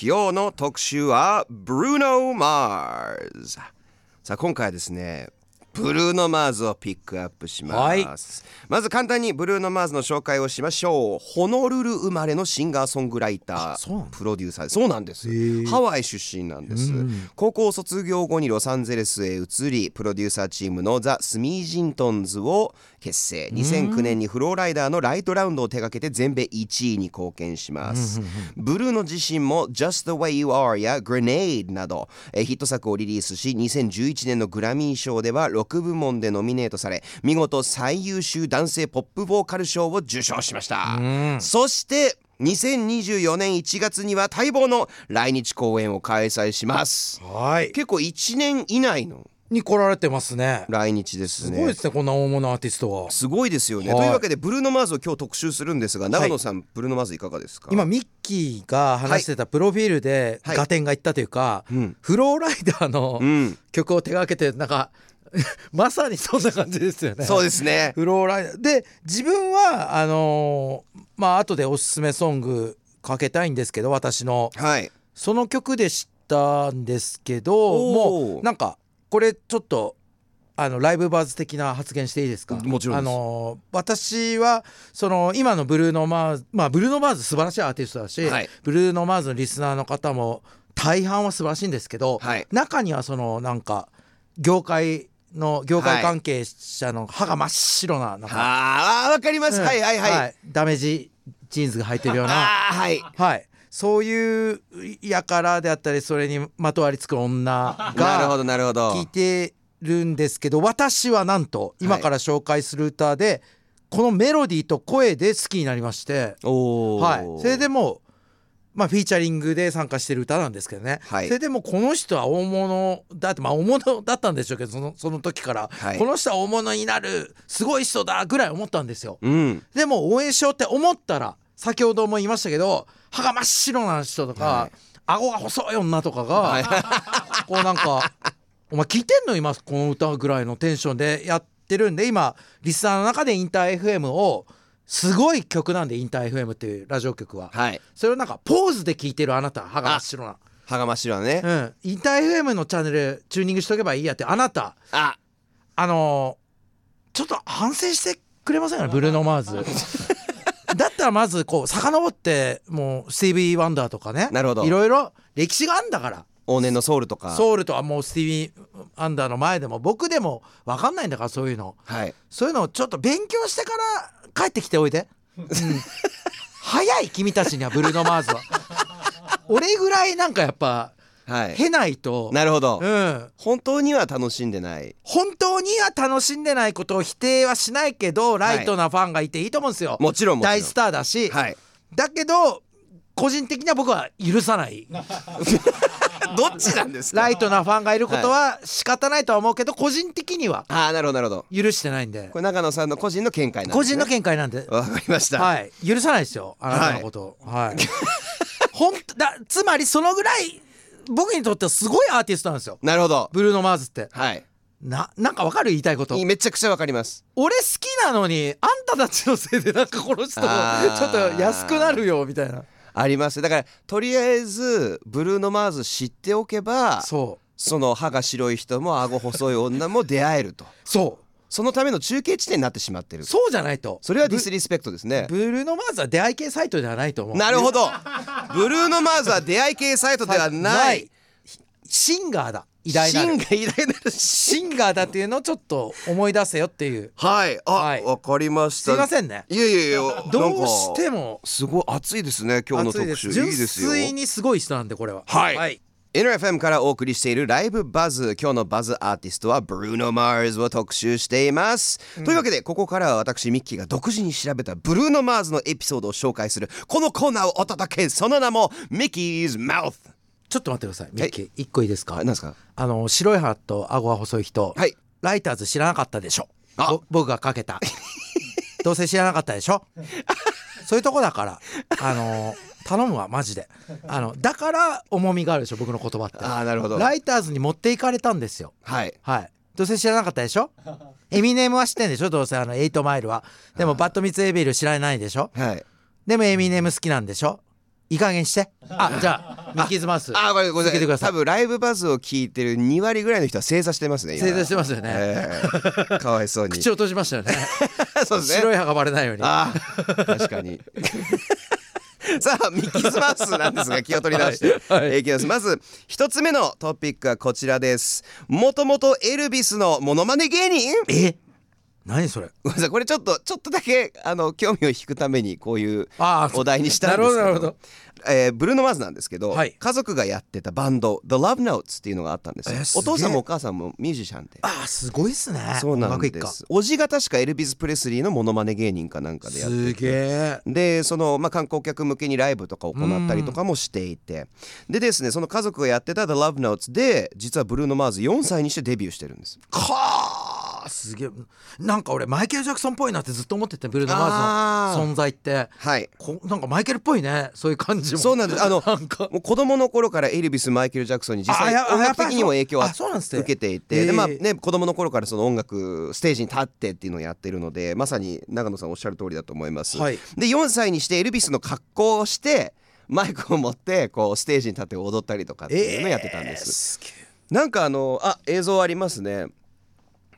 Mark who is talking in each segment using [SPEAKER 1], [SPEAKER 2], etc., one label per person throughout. [SPEAKER 1] 今日の特集はブルーノ・マーズさあ今回はですねブルーノ・マーズをピックアップします、
[SPEAKER 2] はい
[SPEAKER 1] まず簡単にブルーノ・マーズの紹介をしましょうホノルル生まれのシンガーソングライタ
[SPEAKER 2] そうな
[SPEAKER 1] ー
[SPEAKER 2] んだ
[SPEAKER 1] プロデューサーそうなんですハワイ出身なんです、高校卒業後にロサンゼルスへ移りプロデューサーチームのザ・スミージントンズを結成2009年にフローライダーのライトラウンドを手掛けて全米1位に貢献します、ブルーノ自身も Just the way you are や Grenade などえーヒット作をリリースし2011年のグラミー賞では6部門でノミネートされ見事最優秀男性ポップボーカル賞を受賞しました、そして2024年1月には待望の来日公演を開催します
[SPEAKER 2] はい
[SPEAKER 1] 結構1年以内の
[SPEAKER 2] に来られてますね
[SPEAKER 1] 来日です
[SPEAKER 2] す
[SPEAKER 1] ね
[SPEAKER 2] ごいですねこんな大物アーティストは
[SPEAKER 1] すごいですよね、
[SPEAKER 2] はい
[SPEAKER 1] というわけでブルーノ・マーズを今日特集するんですが長野さん、ブルーノ・マーズいかがですか
[SPEAKER 2] 今ミッキーが話してたプロフィールで
[SPEAKER 1] はい
[SPEAKER 2] 合点がいったというか、
[SPEAKER 1] うん
[SPEAKER 2] フローライダーの
[SPEAKER 1] うん
[SPEAKER 2] 曲を手がけてなんか まさにそんな感じですよね。
[SPEAKER 1] そうですね
[SPEAKER 2] フローライダーで自分はあのーまあ後でおすすめソングかけたいんですけど私の
[SPEAKER 1] はい
[SPEAKER 2] その曲で知ったんですけど
[SPEAKER 1] おー
[SPEAKER 2] もうなんかこれちょっとあのライブバーズ的な発言していいですか
[SPEAKER 1] もちろんです
[SPEAKER 2] あの私はその今のブルーノ・マーズまあブルーノ・マーズ素晴らしいアーティストだし、
[SPEAKER 1] はい
[SPEAKER 2] ブルーノ・マーズのリスナーの方も大半は素晴らしいんですけど、
[SPEAKER 1] はい
[SPEAKER 2] 中にはそのなんか業界の業界関係者の歯が真っ白ななんか、
[SPEAKER 1] ああわかります、
[SPEAKER 2] うん
[SPEAKER 1] はいはいはい、
[SPEAKER 2] ダメージジーンズが履いてるような。
[SPEAKER 1] ああはい
[SPEAKER 2] はい、そういうやからであったりそれにまとわりつく 女
[SPEAKER 1] なるほ
[SPEAKER 2] が
[SPEAKER 1] どなるほど
[SPEAKER 2] 聞いてるんですけど私はなんと今から紹介する歌で、このメロディーと声で好きになりまして、
[SPEAKER 1] おお
[SPEAKER 2] はい、それでもうまあ、フィーチャリングで参加してる歌なんですけどね、
[SPEAKER 1] はい
[SPEAKER 2] それでもこの人は大物だってまあ大物だったんでしょうけどそのその時から、
[SPEAKER 1] はい
[SPEAKER 2] この人は大物になるすごい人だぐらい思ったんですよ。
[SPEAKER 1] うん
[SPEAKER 2] でも応援しようって思ったら先ほども言いましたけど歯が真っ白な人とか、
[SPEAKER 1] はい
[SPEAKER 2] 顎が細い女とかが、
[SPEAKER 1] はい
[SPEAKER 2] こうなんか 「お前聞いてんの今この歌」ぐらいのテンションでやってるんで今リスナーの中でインター FM をすごい曲なんでインター FM っていうラジオ局は、
[SPEAKER 1] はい
[SPEAKER 2] それをなんかポーズで聞いてるあなた歯が真っ白な。
[SPEAKER 1] はがましはね、
[SPEAKER 2] うん、インター FM のチャンネルチューニングしとけばいいやってあなた
[SPEAKER 1] あ
[SPEAKER 2] あのーちょっと反省してくれませんかねブルーノ・マーズ だったらまずこう遡ってもうスティービー・ワンダーとかね
[SPEAKER 1] なるほど
[SPEAKER 2] いろいろ歴史があんだから
[SPEAKER 1] 往年のソウルとか
[SPEAKER 2] ソウルとはもうスティービー・ワンダーの前でも僕でも分かんないんだからそういうの
[SPEAKER 1] はい
[SPEAKER 2] そういうのをちょっと勉強してから帰ってきておいで、うん早い君たちにはブルーノ・マ ーズは俺ぐらいなんかやっぱ
[SPEAKER 1] はい
[SPEAKER 2] へないと
[SPEAKER 1] なるほど、
[SPEAKER 2] うん
[SPEAKER 1] 本当には楽しんでない
[SPEAKER 2] 本当には楽しんでないことを否定はしないけどライトなファンがいていいと思うんですよ、
[SPEAKER 1] もちろんもちろん
[SPEAKER 2] 大スターだし、
[SPEAKER 1] はい
[SPEAKER 2] だけど個人的には僕は許さない
[SPEAKER 1] どっちなんですか
[SPEAKER 2] ライトなファンがいることは仕方ないとは思うけど個人的には
[SPEAKER 1] ああなるほどなるほど
[SPEAKER 2] 許してないんで
[SPEAKER 1] これ長野さんの個人の見解なんです、ね、
[SPEAKER 2] 個人の見解なんで、
[SPEAKER 1] わかりました、
[SPEAKER 2] はい、許さないですよあなたのこと はい、ほんとだつまりそのぐらい僕にとってはすごいアーティストなんですよ
[SPEAKER 1] なるほど
[SPEAKER 2] ブルーノ・マーズって
[SPEAKER 1] はい
[SPEAKER 2] ななんかわかる言いたいこと
[SPEAKER 1] いいめちゃくちゃわかります
[SPEAKER 2] 俺好きなのにあんたたちのせいでなんかこの人も
[SPEAKER 1] あー
[SPEAKER 2] ちょっと安くなるよみたいな
[SPEAKER 1] ありますだからとりあえずブルーノ・マーズ知っておけばそ
[SPEAKER 2] そう
[SPEAKER 1] の歯が白い人も顎細い女も出会えると
[SPEAKER 2] そ
[SPEAKER 1] そのための中継地点になってしまってる
[SPEAKER 2] うそうじゃないと
[SPEAKER 1] それはディスリスペクトですね
[SPEAKER 2] ブルーノ・マーズは出会い系サイトではないと思う
[SPEAKER 1] なるほどブルーノ・マーズは出会い系サイトではない
[SPEAKER 2] シンガーだ偉大な
[SPEAKER 1] 芯が
[SPEAKER 2] る
[SPEAKER 1] 偉大なる
[SPEAKER 2] シンガーだっていうのをちょっと思い出せよって いう
[SPEAKER 1] はいあ、
[SPEAKER 2] はい
[SPEAKER 1] わかりまし
[SPEAKER 2] す
[SPEAKER 1] た
[SPEAKER 2] いませんね
[SPEAKER 1] いやいやいや
[SPEAKER 2] どうして
[SPEAKER 1] も
[SPEAKER 2] も
[SPEAKER 1] すごい暑いですね今日の
[SPEAKER 2] 熱いで
[SPEAKER 1] 特集
[SPEAKER 2] す
[SPEAKER 1] いい
[SPEAKER 2] 純
[SPEAKER 1] ですよ
[SPEAKER 2] 粋にすごい人なんでこれは
[SPEAKER 1] はい NFM からお送りしているライブバズ今日のバズアーティストはブルーノ・マーズを特集しています、というわけでここからは私ミッキーが独自に調べたブルーノ・マーズのエピソードを紹介するこのコーナーをお届けその名もミッキーズ・マウス
[SPEAKER 2] ちょっと待ってくださいミッキー一個いいですか
[SPEAKER 1] 何ですか
[SPEAKER 2] あの白いハット顎が細い人、
[SPEAKER 1] はい
[SPEAKER 2] ライターズ知らなかったでしょ
[SPEAKER 1] あ
[SPEAKER 2] ぼ僕がか けたどうせ知らなかったでしょそういうとこだからあの頼むわマジであのだから重みがあるでしょ僕の言葉って
[SPEAKER 1] あーなるほど
[SPEAKER 2] ライターズに持っていかれたんですよ
[SPEAKER 1] はい
[SPEAKER 2] はいどうせ知らなかったで しょエミネムは知ってんでしょどうせあの8マイルはでもバッドミツエビール知らないでしょ
[SPEAKER 1] はい
[SPEAKER 2] でもエミネム好きなんでしょいい加減してあじゃあミキズマウス
[SPEAKER 1] あーこれごめんな
[SPEAKER 2] 続けてくだ
[SPEAKER 1] さ
[SPEAKER 2] さ
[SPEAKER 1] い
[SPEAKER 2] い
[SPEAKER 1] 多分ライブバズを聞いてる2割ぐらいの人は正座してますね今
[SPEAKER 2] 正座してますよね、
[SPEAKER 1] え えかわいそうに
[SPEAKER 2] 口を閉じましたよね
[SPEAKER 1] そうですね
[SPEAKER 2] 白い歯がバレないように
[SPEAKER 1] あー確か にさあミキスマウスなんですが気を取り直して、
[SPEAKER 2] はいはい
[SPEAKER 1] えーいきますまず一つ目のトピックはこちらですもともとエルビスのモノマネ芸人
[SPEAKER 2] え何それ
[SPEAKER 1] ごめんなさいこれちょっとちょっとだけあの興味を引くためにこういう
[SPEAKER 2] ああ
[SPEAKER 1] お題にしたんですけど
[SPEAKER 2] なるほどなる
[SPEAKER 1] えーブルーノ・マーズなんですけど、
[SPEAKER 2] はい
[SPEAKER 1] 家族がやってたバンド「TheLoveNotes」っていうのがあったんですよ
[SPEAKER 2] えーすげ
[SPEAKER 1] お
[SPEAKER 2] え
[SPEAKER 1] 父さんもお母さんもミュージシャンで
[SPEAKER 2] ああすごいっすね
[SPEAKER 1] そうなん
[SPEAKER 2] 音
[SPEAKER 1] で
[SPEAKER 2] 楽
[SPEAKER 1] すおじが確かエルビス・プレスリーのモノマネ芸人かなんか
[SPEAKER 2] 一
[SPEAKER 1] で
[SPEAKER 2] 家
[SPEAKER 1] やって
[SPEAKER 2] すげえ
[SPEAKER 1] でその、まあ、観光客向けにライブとかを行ったりとかもしていてでですねその家族がやってた「TheLoveNotes」で実はブルーノ・マーズ4歳にしてデビューしてるんです
[SPEAKER 2] かあすげえなんか俺マイケル・ジャクソンっぽいなってずっと思っててブルーノ・マーズの存在って
[SPEAKER 1] はい
[SPEAKER 2] こなんかマイケルっぽいねそういう感じ も
[SPEAKER 1] そうなんですあの
[SPEAKER 2] なんか
[SPEAKER 1] もう子供の頃からエルビスマイケル・ジャクソンに実
[SPEAKER 2] あ
[SPEAKER 1] 際
[SPEAKER 2] や
[SPEAKER 1] 音楽的にも影響を
[SPEAKER 2] あそうなんですね
[SPEAKER 1] 受けていて、
[SPEAKER 2] へえ
[SPEAKER 1] でまあね、子供の頃からその音楽ステージに立ってっていうのをやってるのでまさに長野さんおっしゃる通りだと思います、
[SPEAKER 2] はい
[SPEAKER 1] で4歳にしてエルビスの格好をしてマイクを持ってこうステージに立って踊ったりとかっていうのをやってたんです、
[SPEAKER 2] すげえ
[SPEAKER 1] なんかあのあ映像ありますね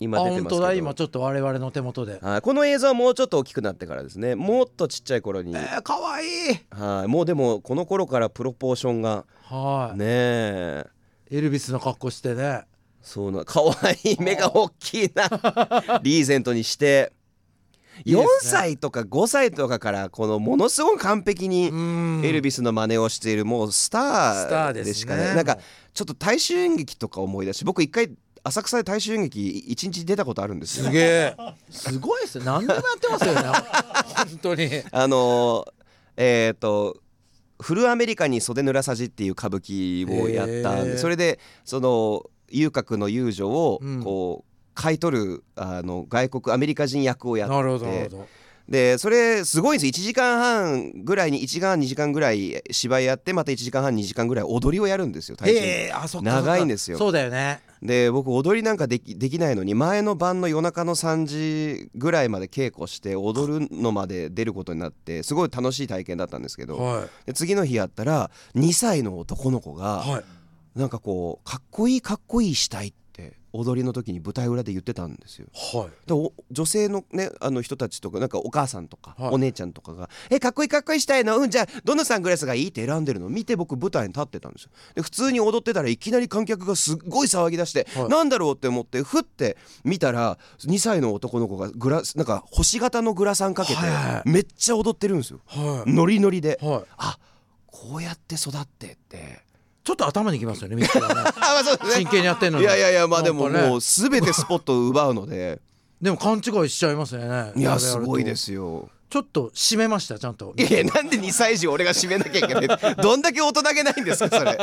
[SPEAKER 1] 今
[SPEAKER 2] あ
[SPEAKER 1] 出て
[SPEAKER 2] 本
[SPEAKER 1] ます
[SPEAKER 2] 当
[SPEAKER 1] けど
[SPEAKER 2] だ今ちょっと我々の手元で
[SPEAKER 1] はいこの映像はもうちょっと大きくなってからですねもっとちっちゃい頃に、
[SPEAKER 2] えー、かわいい
[SPEAKER 1] はいもうでもこの頃からプロポーションが
[SPEAKER 2] はい、
[SPEAKER 1] ねえ
[SPEAKER 2] エルビスの格好してね
[SPEAKER 1] そうな可愛い目が大きい なリーゼントにして
[SPEAKER 2] いいです
[SPEAKER 1] 4
[SPEAKER 2] ね
[SPEAKER 1] 歳とか5歳とかからこのものすごく完璧に
[SPEAKER 2] うん
[SPEAKER 1] エルビスの真似をしているもうスタ
[SPEAKER 2] スタ
[SPEAKER 1] ー
[SPEAKER 2] ーですね
[SPEAKER 1] でしかないなんかちょっと大衆演劇とか思い出して僕一回浅草で大衆演劇一日出たことあるんですよ
[SPEAKER 2] すげえ すごいっすね何でもやってますよね 本当に
[SPEAKER 1] あのーえっ、と「フルアメリカに袖濡らさじ」っていう歌舞伎をやったんで、
[SPEAKER 2] へー
[SPEAKER 1] それでその遊郭の遊女を
[SPEAKER 2] うん
[SPEAKER 1] こう、買い取るあの外国アメリカ人役をや
[SPEAKER 2] なるほ
[SPEAKER 1] っ
[SPEAKER 2] どなる
[SPEAKER 1] て
[SPEAKER 2] ほど
[SPEAKER 1] でそれすごいんです1時間半ぐらいに1時間半2時間ぐらい芝居やってまた1時間半2時間ぐらい踊りをやるんですよ大衆
[SPEAKER 2] ええあそっかそっか
[SPEAKER 1] 長いんですよ
[SPEAKER 2] そうだよね
[SPEAKER 1] で僕踊りなんかできできないのに前の晩の夜中の3時ぐらいまで稽古して踊るのまで出ることになってすごい楽しい体験だったんですけど、
[SPEAKER 2] は
[SPEAKER 1] で次の日やったら2歳の男の子
[SPEAKER 2] い
[SPEAKER 1] が
[SPEAKER 2] はい
[SPEAKER 1] なんかこうかっこいいかっこいいしたいって踊りの時に舞台裏で言ってたんですよ。
[SPEAKER 2] はい
[SPEAKER 1] でお女性の,、ね、あの人たちとかなんかお母さんとか、
[SPEAKER 2] はい
[SPEAKER 1] お姉ちゃんとかが「えかっこいいかっこいいしたいのうんじゃあどのサングラスがいい?」って選んでるのを見て僕舞台に立ってたんですよ。で普通に踊ってたらいきなり観客がすっごい騒ぎ出して、
[SPEAKER 2] はい
[SPEAKER 1] なんだろうって思ってふって見たら2歳の男の子がグラなんか星型のグラサンかけて、
[SPEAKER 2] はい
[SPEAKER 1] めっちゃ踊ってるんですよ。
[SPEAKER 2] はい
[SPEAKER 1] ノリノリで。
[SPEAKER 2] はい
[SPEAKER 1] あこうやって育ってって。
[SPEAKER 2] ちょっと頭にきますよね、ミキは ね。
[SPEAKER 1] あ、まあ、そう
[SPEAKER 2] 真剣にやってんの
[SPEAKER 1] い
[SPEAKER 2] に。
[SPEAKER 1] やいやいや、まあ、でも、
[SPEAKER 2] なんかね
[SPEAKER 1] もうすべてスポットを奪うので。
[SPEAKER 2] でも勘違いしちゃいますよね。
[SPEAKER 1] い
[SPEAKER 2] 我々
[SPEAKER 1] や、
[SPEAKER 2] と
[SPEAKER 1] すごいで。すよ。
[SPEAKER 2] ちょっと締めました、ちゃんと。
[SPEAKER 1] いやいや、なんで2歳児を俺が締めなきゃいけない って。どんだけ大人げないんですか、それ。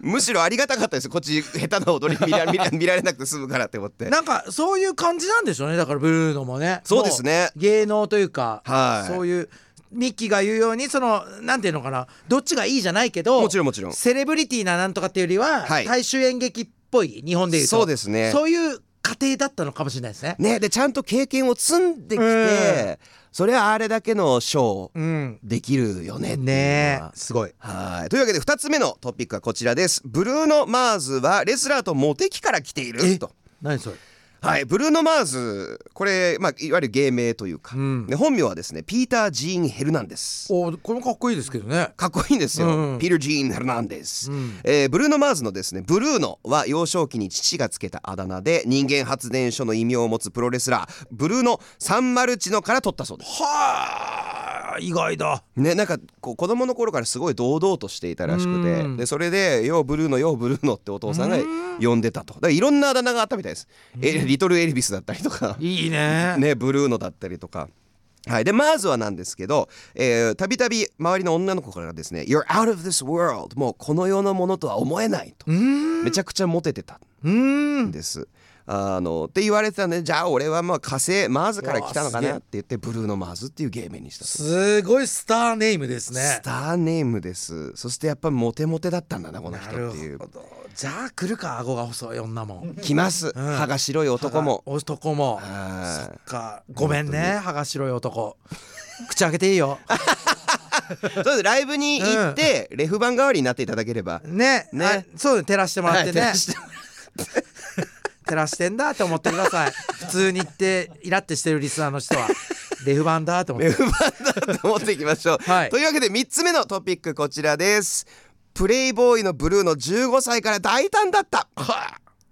[SPEAKER 1] むしろありがたかったですよ。こっち下手な踊り見ら見ら見られなくて済むからって思って。
[SPEAKER 2] なんかそういう感じなんでしょうね。だからブルーノもね。
[SPEAKER 1] そうですね
[SPEAKER 2] もう芸能というか、
[SPEAKER 1] はい
[SPEAKER 2] そういうミッキーが言うようにそのなんていうのかな、どっちがいいじゃないけど、
[SPEAKER 1] もちろんもちろん
[SPEAKER 2] セレブリティななんとかっていうよりは、
[SPEAKER 1] はい
[SPEAKER 2] 大衆演劇っぽい日本でいうと。
[SPEAKER 1] そうですね
[SPEAKER 2] そういう過程だったのかもしれないですね。
[SPEAKER 1] ね、で、ちゃんと経験を積んでき
[SPEAKER 2] うん
[SPEAKER 1] て。それはあれだけの賞。
[SPEAKER 2] うん。
[SPEAKER 1] できるよねっていうのは。
[SPEAKER 2] ねえ、すごい。
[SPEAKER 1] はい。というわけで2つ目のトピックはこちらです。ブルーノ・マーズはレスラーとモテ期から来ていると。
[SPEAKER 2] 何それ。
[SPEAKER 1] はい、ブルーノ・マーズこれ、まあ、いわゆる芸名というか、
[SPEAKER 2] うん
[SPEAKER 1] で本名はですねピーター・ジーン・ヘルナンデス。
[SPEAKER 2] お、これもかっこいいですけどね。
[SPEAKER 1] かっこいいんですよ、
[SPEAKER 2] うん
[SPEAKER 1] ピーター・ジーン・ヘルナンデス、
[SPEAKER 2] うん
[SPEAKER 1] えーブルーノ・マーズのですねブルーノは幼少期に父がつけたあだ名で人間発電所の異名を持つプロレスラーブルーノ・サンマルチノから取ったそうです
[SPEAKER 2] はあ、意外だ。
[SPEAKER 1] ね、なんかこう子供の頃からすごい堂々としていたらしく
[SPEAKER 2] う
[SPEAKER 1] て
[SPEAKER 2] ん
[SPEAKER 1] でそれで「ようブルーノようブルーノ」ってお父さんが呼んでたとだからいろんなあだ名があったみたいですえリトル・エルビスだったりとか
[SPEAKER 2] いいね。
[SPEAKER 1] ね、ブルーノだったりとか。はい、でマーズはなんですけどえーたびたび周りの女の子からですね「You're out of this world」もうこの世のものとは思えないと
[SPEAKER 2] うーん。
[SPEAKER 1] めちゃくちゃモテてた
[SPEAKER 2] うーん
[SPEAKER 1] ん。です。あのって言われてたんでじゃあ俺はまあ火星マーズから来たのか
[SPEAKER 2] う
[SPEAKER 1] な
[SPEAKER 2] わ
[SPEAKER 1] って言ってブルーノ・マーズっていう芸名にしたそうです
[SPEAKER 2] すごいスターネームですね。
[SPEAKER 1] スターネームですそしてやっぱモテモテだったんだなこの人っていう
[SPEAKER 2] なるほど。じゃあ来るか顎が細い女も。
[SPEAKER 1] 来ます、歯が白い男も
[SPEAKER 2] 男も。
[SPEAKER 1] はい
[SPEAKER 2] そっか。ごめんね歯が白い男。口開けていいよ。
[SPEAKER 1] そうですライブに行って、レフ版代わりになっていただければ
[SPEAKER 2] ね
[SPEAKER 1] ね
[SPEAKER 2] ねそう照らしてもらってね、
[SPEAKER 1] はい照らして
[SPEAKER 2] 照らしてんだって思ってくだ さい普通に言ってイラってしてるリスナーの人はレフ版だと思って
[SPEAKER 1] レフ版だと思っていきましょう、
[SPEAKER 2] はい
[SPEAKER 1] というわけで3つ目のトピックこちらですプレイボーイのブルーの15歳から大胆だった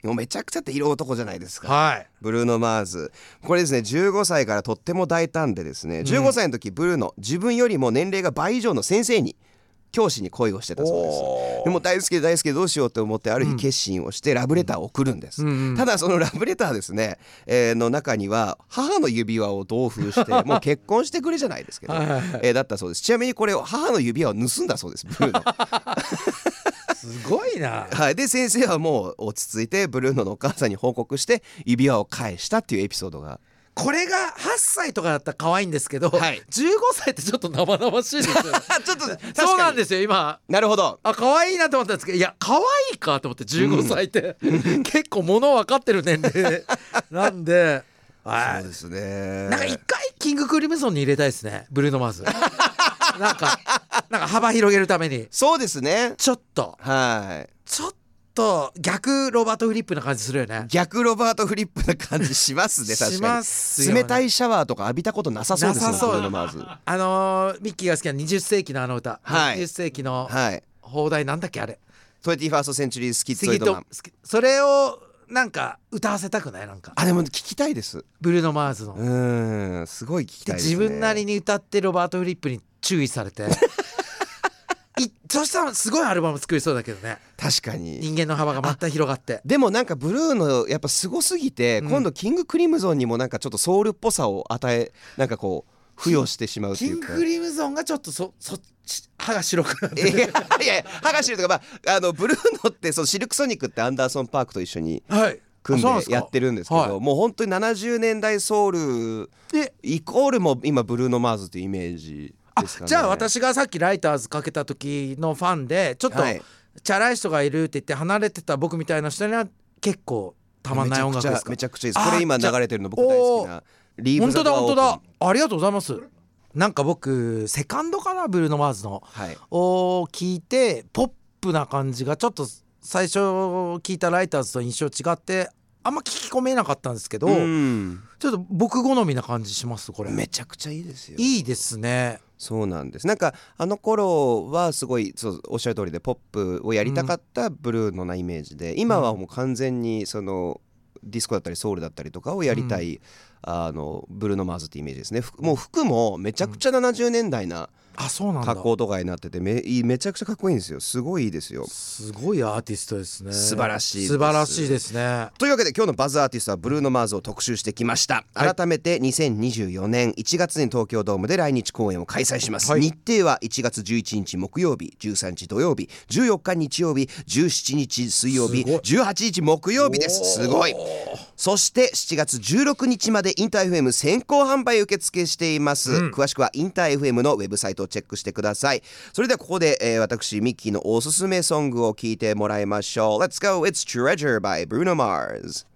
[SPEAKER 1] もうめちゃくちゃって色男じゃないですか
[SPEAKER 2] はい
[SPEAKER 1] ブルーノ・マーズこれですね15歳からとっても大胆でですね15歳の時ブルーノ自分よりも年齢が倍以上の先生に教師に恋をしてたそうです
[SPEAKER 2] おー
[SPEAKER 1] でも大好きで大好きでどうしようと思ってある日決心をしてラブレターを送るんです、ただそのラブレターですね、えーの中には母の指輪を同封 してもう結婚してくれじゃないですけど、
[SPEAKER 2] はいはいはい
[SPEAKER 1] えーだったそうですちなみにこれを母の指輪を盗んだそうですブルーノ
[SPEAKER 2] すごいな
[SPEAKER 1] はい、で先生はもう落ち着いてブルーノのお母さんに報告して指輪を返したっていうエピソードが
[SPEAKER 2] これが8歳とかだったら可愛いんですけど、
[SPEAKER 1] はい
[SPEAKER 2] 15歳ってちょっと生々しいですよ
[SPEAKER 1] あちょっ と確かに
[SPEAKER 2] そうなん
[SPEAKER 1] す
[SPEAKER 2] ですよ今
[SPEAKER 1] なるほど
[SPEAKER 2] あ可愛いなと思ったんですけどいや可愛いかと思って15歳って、 結構物分かってる 年齢なんでは
[SPEAKER 1] そうですね
[SPEAKER 2] いなんか一回キングクリムゾンに入れたいですねブルーノ・マー ズなんかなんか幅広げるために
[SPEAKER 1] そうですね
[SPEAKER 2] ちょっと
[SPEAKER 1] はい
[SPEAKER 2] ちょっと逆ロバート・フリップな感じするよね
[SPEAKER 1] 逆ロバート・フリップな感じします ね確かに
[SPEAKER 2] しますよね
[SPEAKER 1] 冷たいシャワーとか浴びたことなさそうですよ
[SPEAKER 2] な
[SPEAKER 1] ね
[SPEAKER 2] さそう
[SPEAKER 1] ブルーノマーズ
[SPEAKER 2] あのーミッキーが好きな20世紀のあの歌、
[SPEAKER 1] はい
[SPEAKER 2] 20世紀の
[SPEAKER 1] はい
[SPEAKER 2] 放題なんだっけあれ
[SPEAKER 1] 21st century スキッ
[SPEAKER 2] ス
[SPEAKER 1] ト
[SPEAKER 2] ギ
[SPEAKER 1] エドマ
[SPEAKER 2] と
[SPEAKER 1] ン
[SPEAKER 2] それをなんか歌わせたくないなんか
[SPEAKER 1] あでも聞きたいです
[SPEAKER 2] ブルーノ・マーズの、
[SPEAKER 1] うーんすごい聞きた
[SPEAKER 2] で
[SPEAKER 1] いです、ね、
[SPEAKER 2] 自分なりに歌ってロバート・フリップに注意さ れていそしたらすごいアルバム作りそうだけどね
[SPEAKER 1] 確かに
[SPEAKER 2] 人間の幅がまた広がって
[SPEAKER 1] でもなんかブルーのやっぱすごすぎて、
[SPEAKER 2] うん
[SPEAKER 1] 今度キングクリムゾンにもなんかちょっとソウルっぽさを与えなんかこう付与してしまうと
[SPEAKER 2] キ
[SPEAKER 1] い
[SPEAKER 2] ン
[SPEAKER 1] う
[SPEAKER 2] グ
[SPEAKER 1] か。
[SPEAKER 2] クリムゾンがちょっとそそっち歯が白くなって
[SPEAKER 1] いやい やいや歯が白いとか、まあ、あのブルーノってそのシルクソニックってアンダーソン・パークと一緒に
[SPEAKER 2] はい
[SPEAKER 1] 組ん
[SPEAKER 2] あそうなん
[SPEAKER 1] でやってるんですけど
[SPEAKER 2] はい
[SPEAKER 1] もう本当に70年代ソウル
[SPEAKER 2] で
[SPEAKER 1] イコールも今ブルーノ・マーズっていうイメージ
[SPEAKER 2] あ
[SPEAKER 1] ですかね。
[SPEAKER 2] じゃあ私がさっきライターズかけた時のファンでちょっと、
[SPEAKER 1] はい
[SPEAKER 2] チャラい人がいるって言って離れてた僕みたいな人には結構たまんない音楽ですか
[SPEAKER 1] めちゃくちゃめちゃくちゃいいですこれ今流れてるの僕
[SPEAKER 2] あ
[SPEAKER 1] 大
[SPEAKER 2] じゃあ
[SPEAKER 1] 好きなリーブ・
[SPEAKER 2] 本
[SPEAKER 1] ザ・
[SPEAKER 2] 当だ
[SPEAKER 1] ドア
[SPEAKER 2] 本
[SPEAKER 1] オー
[SPEAKER 2] 当
[SPEAKER 1] プン
[SPEAKER 2] だありがとうございますなんか僕セカンドかなブルーノ・マーズの
[SPEAKER 1] はい
[SPEAKER 2] を聞いてポップな感じがちょっと最初聞いたライターズと印象違ってあんま聞き込めなかったんですけど
[SPEAKER 1] うん
[SPEAKER 2] ちょっと僕好みな感じしますこれ
[SPEAKER 1] めちゃくちゃいいですよ。
[SPEAKER 2] いいですね
[SPEAKER 1] そうなんですなんかあの頃はすごいそうおっしゃる通りでポップをやりたかったブルーのなイメージで、今はもう完全にそのディスコだったりソウルだったりとかをやりたい、あのブルーノ・マーズってイメージですねふもう服もめちゃくちゃ70年代な
[SPEAKER 2] あそうなんだ
[SPEAKER 1] 格好とかになっててめいめちゃくちゃかっこいいんですよすごいいいですよ。
[SPEAKER 2] すごいアーティストですね
[SPEAKER 1] 素晴らしいです
[SPEAKER 2] 素晴らしいですね
[SPEAKER 1] というわけで今日のバズアーティストはブルーノ・マーズを特集してきました
[SPEAKER 2] はい
[SPEAKER 1] 改めて2024年1月に東京ドームで来日公演を開催します、
[SPEAKER 2] はい
[SPEAKER 1] 日程は1月11日木曜日13日土曜日14日日曜日17日水曜日
[SPEAKER 2] すごい
[SPEAKER 1] 18日木曜日ですすごいそして7月16日までインター FM 先行販売受付しています、詳しくはインター FM のウェブサイトをチェックしてくださいそれではここで、えー私ミッキーのおすすめソングを聞いてもらいましょう Let's go! It's Treasure by Bruno Mars